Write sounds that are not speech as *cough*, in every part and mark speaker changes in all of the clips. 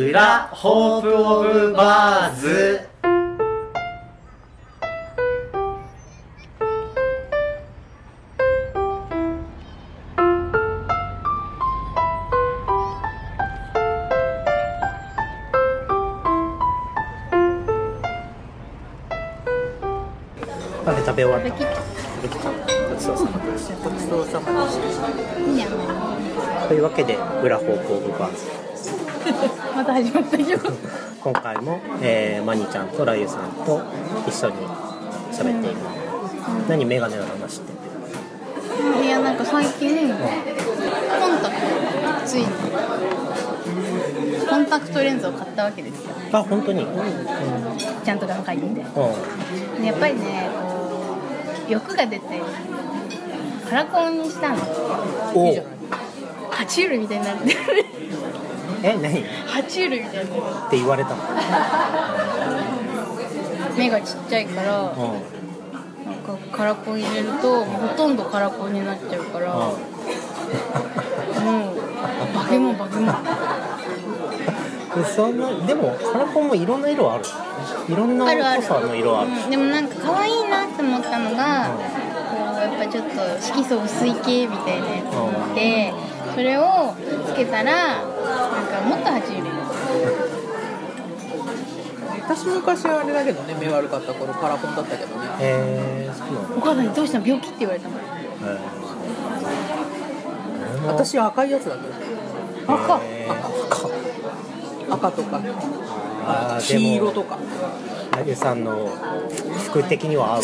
Speaker 1: 裏ホープオブバーズパフェ食べ終わったごちそうさまでしたというわけで裏ホープオブバーズ
Speaker 2: また始まったよ。
Speaker 1: 今回も、えー、マニちゃんとラユさんと一緒に喋っている、何メガネの話って
Speaker 2: いや、なんか最近、コンタクト、ついに。コンタクトレンズを買ったわけですよ。
Speaker 1: あ本当にうん、
Speaker 2: ちゃんと眼科医で。でやっぱりね、こう、欲が出て、カラコンにしたの。
Speaker 1: お
Speaker 2: 爬虫類みたいになってる。
Speaker 1: え何って
Speaker 2: 爬虫類みたいになって
Speaker 1: 言われたの
Speaker 2: る。目がちっちゃいから、なん
Speaker 1: うん
Speaker 2: かカラコン入れると、もうほとんどカラコンになっちゃうから、もう、化け物化け物。
Speaker 1: うんでそんなでもカラコンもいろんな色あるいろんな
Speaker 2: あるあ
Speaker 1: 濃
Speaker 2: る
Speaker 1: さの色ある
Speaker 2: うんでもなんか可愛いなって思ったのが、こうやっぱちょっと色素薄い系みたいなやつがあってそれをつけたらなんかもっと爬虫類
Speaker 3: 私昔あれだけどね目悪かった頃カラコンだったけどね
Speaker 1: へえー、そうな
Speaker 2: お母さんにどうしたの病気って言われたもん
Speaker 1: のへー
Speaker 3: 私赤いやつだけど
Speaker 2: *laughs*
Speaker 3: 赤
Speaker 1: へ
Speaker 3: 赤赤とか
Speaker 1: あーでも
Speaker 3: 黄色とか
Speaker 1: ラユさんの服的には合う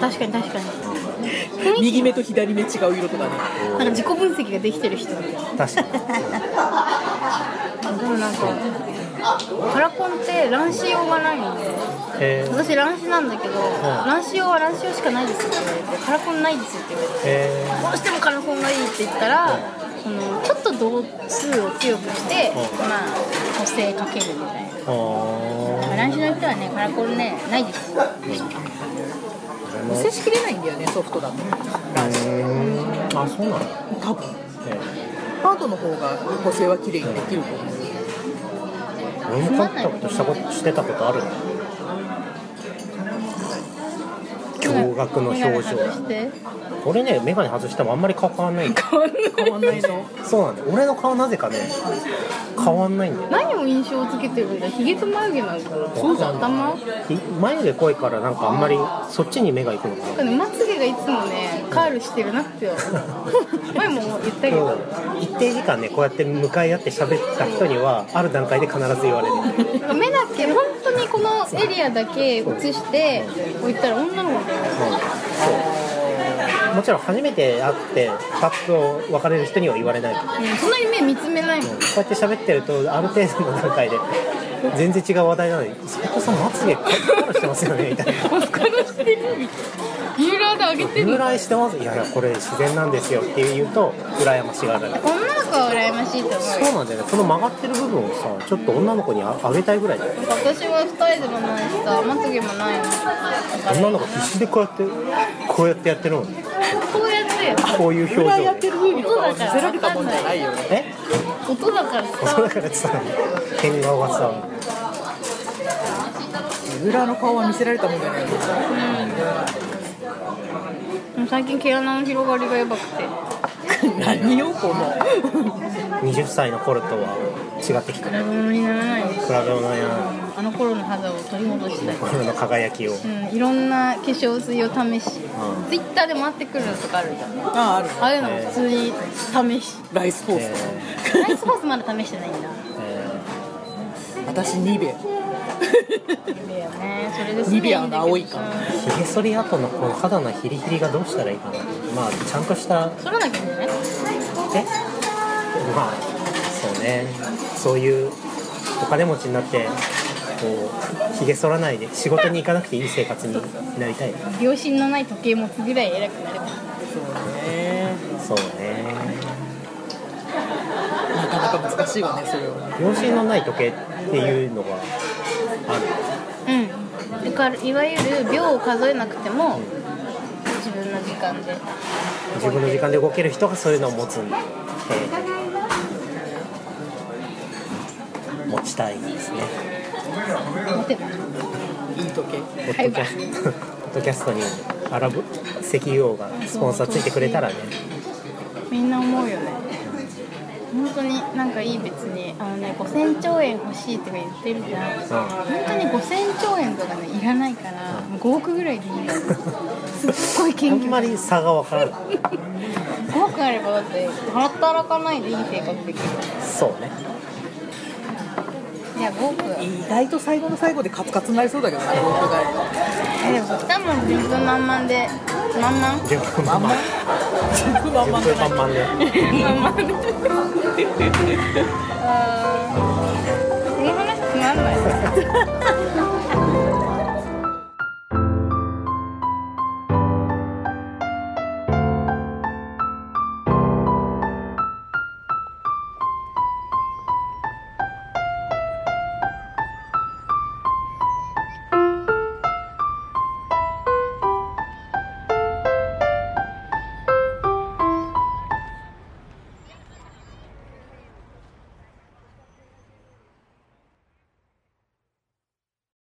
Speaker 2: 確かに確かに
Speaker 3: *laughs* 右目と左目違う色とかね
Speaker 2: なんか自己分析ができてる人みたいな
Speaker 1: 確 *laughs* かに
Speaker 2: でもなんかカラコンって乱視用がないので
Speaker 1: へー
Speaker 2: 私乱視なんだけど
Speaker 1: ん
Speaker 2: 乱視用は乱視用しかないですって言われてカラコンないですって言われて
Speaker 1: へ
Speaker 2: どうしてもカラコンがいいって言ったら、そのちょっと度数を強くして、
Speaker 1: うん
Speaker 2: まあ補正かけるみたい
Speaker 1: ー
Speaker 2: な。 *laughs*
Speaker 1: あー
Speaker 2: まあ乱視の人はねカラコンねないです。
Speaker 3: 接しきれないんだよねソフトだと
Speaker 1: あそうなの、
Speaker 3: 多分ハードの方が補正は綺麗にできると思う
Speaker 1: 俺もコンタクトしたことしてたことあるの驚愕の表情
Speaker 2: 眼鏡外して
Speaker 1: 俺ね眼鏡外してもあんまり顔変わんないんだ
Speaker 2: 変わんない
Speaker 3: 変わんないの
Speaker 1: *laughs* そうなんだよ俺の顔なぜかね変わんないんだよ
Speaker 2: 何を印象付けてるんだ。ヒゲと眉毛なんかな。
Speaker 1: そうじゃん
Speaker 2: 頭。
Speaker 1: ひ眉毛濃いからなんかあんまりそっちに目がいくのかな
Speaker 2: なんかねまつげがいつもねカールしてるなって前も言ったけど。
Speaker 1: 一定時間ねこうやって向かい合って喋った人にはある段階で必ず言われる
Speaker 2: 目だけ本当にこのエリアだけ映して置いたら女の子だよ
Speaker 1: もちろん初めて会ってパッと別れる人には言われないけど
Speaker 2: うんそんなに目見つめないもん
Speaker 1: こうやって喋ってるとある程度の段階で全然違う話題なのに「斉藤さんまつげカラカラしてますよね」みたいな
Speaker 2: マスカラしてるみたいな。ユーラーで上げ
Speaker 1: 「
Speaker 2: てる
Speaker 1: 由来してます」「いやいやこれ自然なんですよ」って言うと羨ましがられる
Speaker 2: 女の子は羨ましいと思う
Speaker 1: そうなんだよねこの曲がってる部分をさちょっと女の子にああげたいぐらいだよね
Speaker 2: 私は二重でもないしさまつげもないの
Speaker 1: 女の子必死でこうやってこうやってやってるのに
Speaker 2: こうやって
Speaker 1: こういう
Speaker 3: 裏
Speaker 1: 表
Speaker 3: やっ
Speaker 1: 情
Speaker 3: て
Speaker 1: で
Speaker 3: る風にとかは見せられたもんじゃないよね
Speaker 1: え
Speaker 2: 音だから伝
Speaker 1: そう
Speaker 2: わ
Speaker 1: だからさ変顔がさ
Speaker 3: 裏の顔は見せられたもんじゃないよ
Speaker 2: る最近毛穴の広がりがやばくて
Speaker 3: 何よこの
Speaker 1: 20歳の頃とは違ってきた
Speaker 2: 比べ物にならないです
Speaker 1: 比べ物にならない
Speaker 2: あの頃の肌を取り戻したい
Speaker 1: 俺の輝きを
Speaker 2: うん、いろんな化粧水を試し、ツイッターで回ってくるのとかあるじゃんあ
Speaker 3: *laughs* あある
Speaker 2: あいうのも普通に試し
Speaker 3: ライスポース、
Speaker 2: ナイスボスまだ試してないんだ
Speaker 1: え
Speaker 3: 私ニベ
Speaker 2: ニベアねそれです
Speaker 3: ニベアの青いから
Speaker 1: ーひげ剃り後のこの肌のヒリヒリがどうしたらいいかなまあちゃんとした
Speaker 2: そらなきゃいけない
Speaker 1: えまあそうねそういうお金持ちになってこうひげ剃らないで仕事に行かなくていい生活になりたい
Speaker 2: 良心のない時計持つぐらい偉くなれば
Speaker 3: そうね
Speaker 1: そうね
Speaker 3: なかなか難しいわねそれは
Speaker 1: 養子のない時計っていうのがある
Speaker 2: うんだからいわゆる秒を数えなくても自分の時間で
Speaker 1: 自分の時間で動ける人がそういうのを持つんだ、え持ちたいですね
Speaker 2: 持てば
Speaker 3: いい時計
Speaker 1: ポッドキャストポッドキャストにアラブ石油王がスポンサーついてくれたらね
Speaker 2: みんな思うよね本当になんかいい別にあのね5000兆円欲しいとか言ってるじゃ
Speaker 1: う
Speaker 2: ん
Speaker 1: ん
Speaker 2: 本当に5000兆円とかねいらないからもう5億ぐらいでい
Speaker 1: *laughs*
Speaker 2: いよすっごい
Speaker 1: あ
Speaker 2: 謙
Speaker 1: んま
Speaker 2: 虚
Speaker 1: り差が分からない
Speaker 2: 5億あればだって働かないでいい生活できる
Speaker 1: そうね
Speaker 2: いや5億え
Speaker 3: 意外と最後の最後でカツカツになりそうだけどな動画が
Speaker 2: でもそしたらもう順風満々で満々
Speaker 1: 順風満々
Speaker 3: 順風
Speaker 1: 順
Speaker 3: 満々じ
Speaker 1: 風
Speaker 3: ゃない
Speaker 1: 満々で
Speaker 2: あ呃